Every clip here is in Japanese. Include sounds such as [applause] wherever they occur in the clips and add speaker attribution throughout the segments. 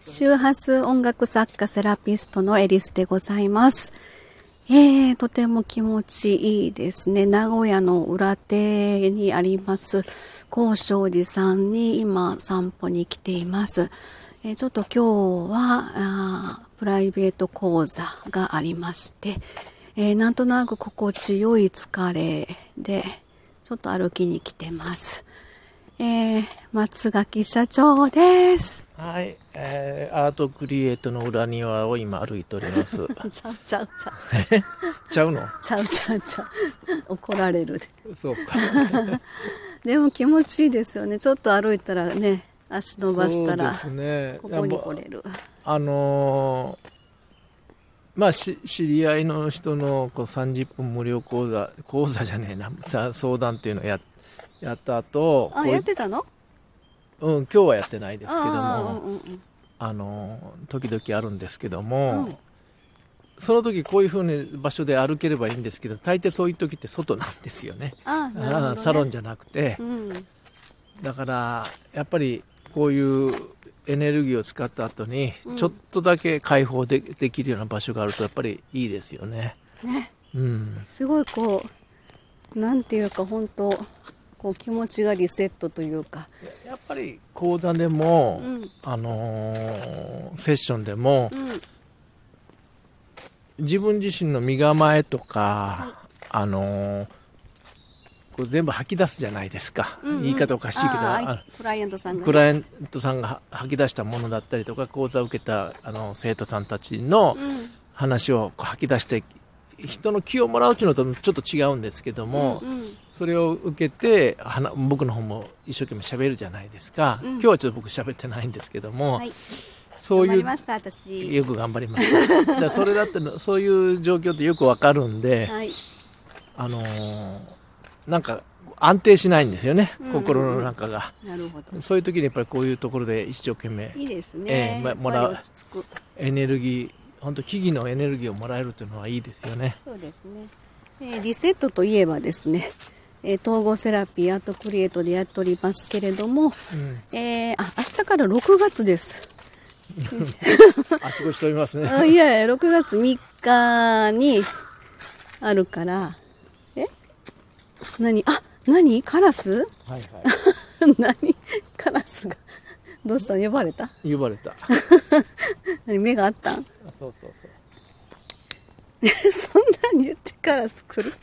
Speaker 1: 周波数音楽作家セラピストのエリスでございます。えー、とても気持ちいいですね。名古屋の裏手にあります、高昌寺さんに今散歩に来ています。えーちょっと今日はあー、プライベート講座がありまして、えーなんとなく心地よい疲れで、ちょっと歩きに来てます。えー、松垣社長です。
Speaker 2: はい、えーアートクリエイトの裏庭を今歩いており [laughs] ます。
Speaker 1: ちゃうちゃうちゃう。
Speaker 2: ちゃうの
Speaker 1: ちゃうちゃうちゃう。怒られるで。
Speaker 2: そうか。
Speaker 1: でも気持ちいいですよね。ちょっと歩いたらね、足 [laughs] 伸ばしたら、
Speaker 2: そうですね。
Speaker 1: ここに来
Speaker 2: やっ
Speaker 1: れる。
Speaker 2: ぱあのーまあし、知り合いの人のこう30分無料講座、講座じゃねえな、 [laughs] さ相談っていうのをややった後、
Speaker 1: あ、
Speaker 2: こうい
Speaker 1: やってたの
Speaker 2: うん、今日はやってないですけども、
Speaker 1: ああ、
Speaker 2: あ
Speaker 1: うんうんうん。
Speaker 2: のー時々あるんですけども、
Speaker 1: うん
Speaker 2: その時こういう風に場所で歩ければいいんですけど、大抵そういう時って外なんですよね。
Speaker 1: ああ、なるほど、
Speaker 2: あ
Speaker 1: ね。
Speaker 2: サロンじゃなくて、
Speaker 1: うん。
Speaker 2: だからやっぱりこういうエネルギーを使った後に
Speaker 1: うん
Speaker 2: ちょっとだけ解放でできるような場所があるとやっぱりいいですよね。
Speaker 1: ね。
Speaker 2: うん、
Speaker 1: すごいこう、なんていうか本当こう気持ちがリセットというか。
Speaker 2: やっぱり講座で
Speaker 1: う
Speaker 2: も、
Speaker 1: ん。
Speaker 2: あのーセッションでも
Speaker 1: うん。
Speaker 2: 自分自身の身構えとか、あのーこれ全部吐き出すじゃないですか、
Speaker 1: うんうん
Speaker 2: 言い方おかしいけど
Speaker 1: ああ
Speaker 2: あ
Speaker 1: クライアントさんが、ね。
Speaker 2: クライアントさんが吐き出したものだったりとか講座を受けたあの生徒さんたちの、
Speaker 1: うん。
Speaker 2: 話をこう吐き出して人の気をもらうっていうのとちょっと違うんですけども、
Speaker 1: うんうん
Speaker 2: それを受けてはな僕の方も一生懸命喋るじゃないですか、
Speaker 1: うん
Speaker 2: 今日はちょっと僕喋ってないんですけども、
Speaker 1: はい。
Speaker 2: そ
Speaker 1: 頑
Speaker 2: う
Speaker 1: 張
Speaker 2: い
Speaker 1: り
Speaker 2: う
Speaker 1: ました、私。
Speaker 2: よく頑張りましただからそれだっ
Speaker 1: [laughs]
Speaker 2: てのそういう状況ってよくわかるんで、
Speaker 1: はい。
Speaker 2: あのーなんか安定しないんですよね、
Speaker 1: うん
Speaker 2: 心の中が
Speaker 1: なるほど。
Speaker 2: そういう時にやっぱりこういうところで一生懸命
Speaker 1: いいです
Speaker 2: え
Speaker 1: ね。
Speaker 2: えまもらう
Speaker 1: やっぱり落ち着く。
Speaker 2: エネルギー本当木々のエネルギーをもらえるというのはいいですよね
Speaker 1: そうですね、えーリセットといえばですね、えー統合セラピーアートクリエイトでやっておりますけれども、
Speaker 2: うん
Speaker 1: えーあ明日から6月です、
Speaker 2: あちこち飛びますね
Speaker 1: あいやいや6月3日にあるからえ何あ何カラス [laughs]
Speaker 2: はいはい
Speaker 1: 何カラスがどうしたの呼ばれた
Speaker 2: 呼ばれた
Speaker 1: 何目があったん
Speaker 2: そうそうそう
Speaker 1: そんなん言ってカラス来る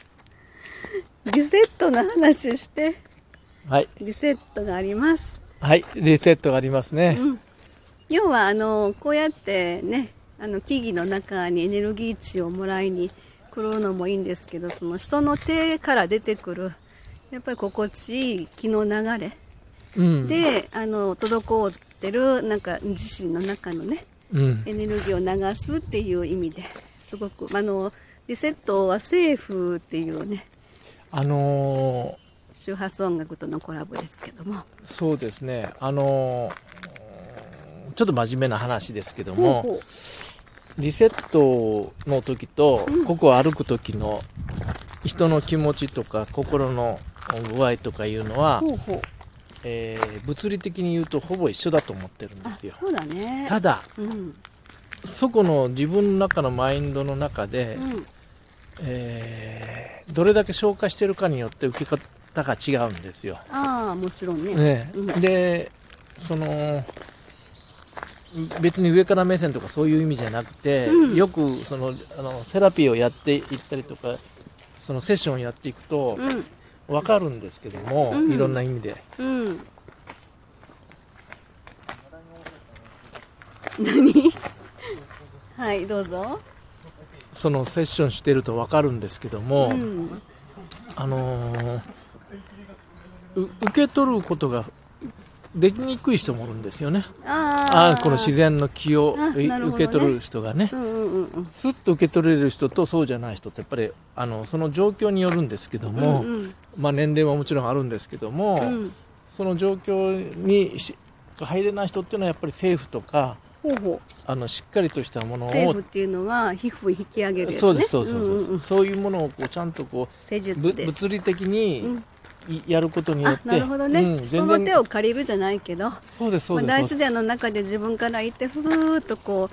Speaker 1: リセットの話して
Speaker 2: はい
Speaker 1: リセットがあります
Speaker 2: はいリセットがありますね、
Speaker 1: うん、要はあのこうやってねあの木々の中にエネルギー値をもらいに来るのもいいんですけどその人の手から出てくるやっぱり心地いい気の流れ
Speaker 2: うん
Speaker 1: で、あの滞ってるなんか自身の中のね
Speaker 2: うん
Speaker 1: エネルギーを流すっていう意味ですごくあのリセットはセーフっていうね
Speaker 2: あの
Speaker 1: 周波数音楽とのコラボですけども。
Speaker 2: ーそうですねあのーちょっと真面目な話ですけども、
Speaker 1: ほうほ
Speaker 2: リセットの時と、ここを歩く時の人の気持ちとか心の具合とかいうのは
Speaker 1: う、ほうほう
Speaker 2: えー物理的に言うとほぼ一緒だと思ってるんですよ
Speaker 1: あ。そうだね。
Speaker 2: ただ、
Speaker 1: うん
Speaker 2: そこの自分の中のマインドの中で、
Speaker 1: うん
Speaker 2: えーどれだけ消化してるかによって受け方が違うんですよ。
Speaker 1: ああもちろんね
Speaker 2: ね
Speaker 1: うん
Speaker 2: でその別に上から目線とかそういう意味じゃなくて、
Speaker 1: うん
Speaker 2: よくそのあのセラピーをやっていったりとかそのセッションをやっていくと
Speaker 1: うん
Speaker 2: 分かるんですけども、
Speaker 1: うん
Speaker 2: いろんな意味で
Speaker 1: うん何はいどうぞ
Speaker 2: そのセッションしてると分かるんですけども、
Speaker 1: うん
Speaker 2: あのーう受け取ることができにくい人もいるんですよね。
Speaker 1: ああ
Speaker 2: あーこの自然の気を
Speaker 1: あ
Speaker 2: い
Speaker 1: なるほど
Speaker 2: 受
Speaker 1: ね
Speaker 2: け取る人がね
Speaker 1: う、んうんうんうん
Speaker 2: スッと受け取れる人とそうじゃない人って、やっぱりあのその状況によるんですけども、
Speaker 1: うん
Speaker 2: まあ、年齢はもちろんあるんですけども、
Speaker 1: うんうん
Speaker 2: その状況にし入れない人っていうのは、やっぱり政府とか、
Speaker 1: ほうほ
Speaker 2: あのしっかりとした
Speaker 1: う
Speaker 2: ものを、
Speaker 1: 政府っていうのは皮膚引き上げるやつね
Speaker 2: そうです、そうです、そうです
Speaker 1: んんん
Speaker 2: そういうものをこうちゃんとこ
Speaker 1: 施
Speaker 2: うぶ
Speaker 1: 術です
Speaker 2: 物理的に、
Speaker 1: うん
Speaker 2: いやることによっ
Speaker 1: あ
Speaker 2: て
Speaker 1: なるほどね、
Speaker 2: うん、
Speaker 1: 人
Speaker 2: 全
Speaker 1: の手
Speaker 2: 然
Speaker 1: を借りるじゃないけど、ま
Speaker 2: そうですそう
Speaker 1: あ、
Speaker 2: です、
Speaker 1: 大自然の中で自分から行ってふーっとこ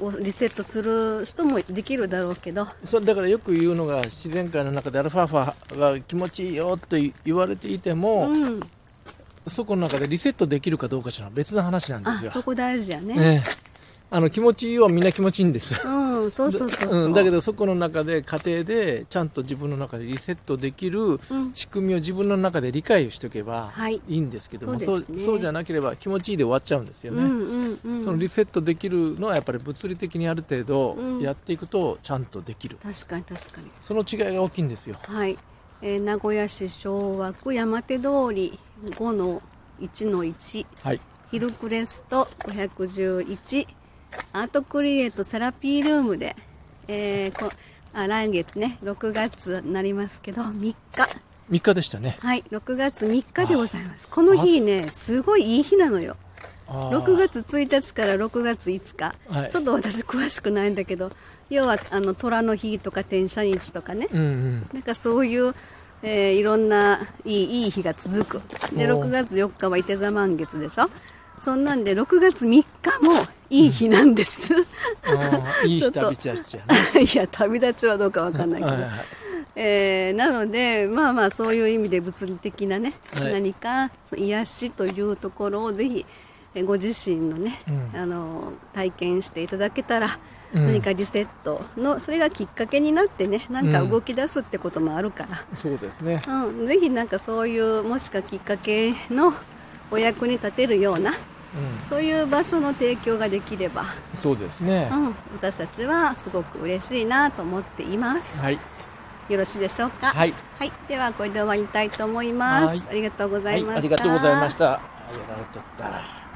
Speaker 1: うリセットする人もできるだろうけど
Speaker 2: そうだからよく言うのが自然界の中でアルファーファが気持ちいいよと言われていても、
Speaker 1: うん
Speaker 2: そこの中でリセットできるかどうかというのは別の話なんで
Speaker 1: あ
Speaker 2: すよ。
Speaker 1: そこ大事やね
Speaker 2: ええあの気持ちいいはみんな気持ちいいんです。
Speaker 1: うんそうそうそうそう、
Speaker 2: ん、だけどそこの中で家庭でちゃんと自分の中でリセットでき
Speaker 1: う
Speaker 2: る
Speaker 1: ん
Speaker 2: 仕組みを自分の中で理解をしておけば
Speaker 1: はい
Speaker 2: いいんですけども、
Speaker 1: そうですね
Speaker 2: そうじゃなければ気持ちいいで終わっちゃうんですよ
Speaker 1: う
Speaker 2: ね。
Speaker 1: んうんうん
Speaker 2: そのリセットできるのはやっぱり物理的にある程度
Speaker 1: うん
Speaker 2: やっていくとちゃんとできる、
Speaker 1: 確かに確かに
Speaker 2: その違いが大きいんですよ
Speaker 1: はい、えー名古屋市昭和区山手通り5の1の1
Speaker 2: はい
Speaker 1: ヒルクレスト511アートクリエイトセラピールームで、えーこあ来月ね6月になりますけど3日
Speaker 2: 3日でしたね
Speaker 1: はい6月3日でございますこの日ねすごいいい日なのよ
Speaker 2: あー
Speaker 1: 6月1日から6月5日、
Speaker 2: はい
Speaker 1: ちょっと私詳しくないんだけど要はあの虎の日とか天赦日とかね、
Speaker 2: うんうん
Speaker 1: なんかそういう、えーいろんないいいい日が続くで
Speaker 2: おー
Speaker 1: 6月4日はいて座満月でしょそんなんで6月3日もいい日なんです、
Speaker 2: あーいい
Speaker 1: [laughs] ちょっ
Speaker 2: 日
Speaker 1: と
Speaker 2: 旅立ちやしや
Speaker 1: [laughs]
Speaker 2: ね
Speaker 1: いや旅立ちはどうかわかんないけど、
Speaker 2: はいはいはい
Speaker 1: [laughs] えーなのでまあまあそういう意味で物理的なね、
Speaker 2: はい
Speaker 1: 何かその癒しというところをぜひえーご自身のね、
Speaker 2: うん
Speaker 1: あの体験していただけたら、
Speaker 2: うん
Speaker 1: 何かリセットのそれがきっかけになってねなんか
Speaker 2: うん
Speaker 1: 動き出すってこともあるから、
Speaker 2: そうですね
Speaker 1: うん、ぜひなんかそういうもしかきっかけのお役に立てるような
Speaker 2: うん
Speaker 1: そういう場所の提供ができれば、
Speaker 2: そうですね
Speaker 1: う、ん、私たちはすごく嬉しいなと思っています、
Speaker 2: はい
Speaker 1: よろしいでしょうか
Speaker 2: はい、
Speaker 1: はい、ではこれで終わりたいと思いま
Speaker 2: は
Speaker 1: す
Speaker 2: い
Speaker 1: ありがとうござ
Speaker 2: はいい、
Speaker 1: ました、
Speaker 2: ありがとうございましたあやられちゃった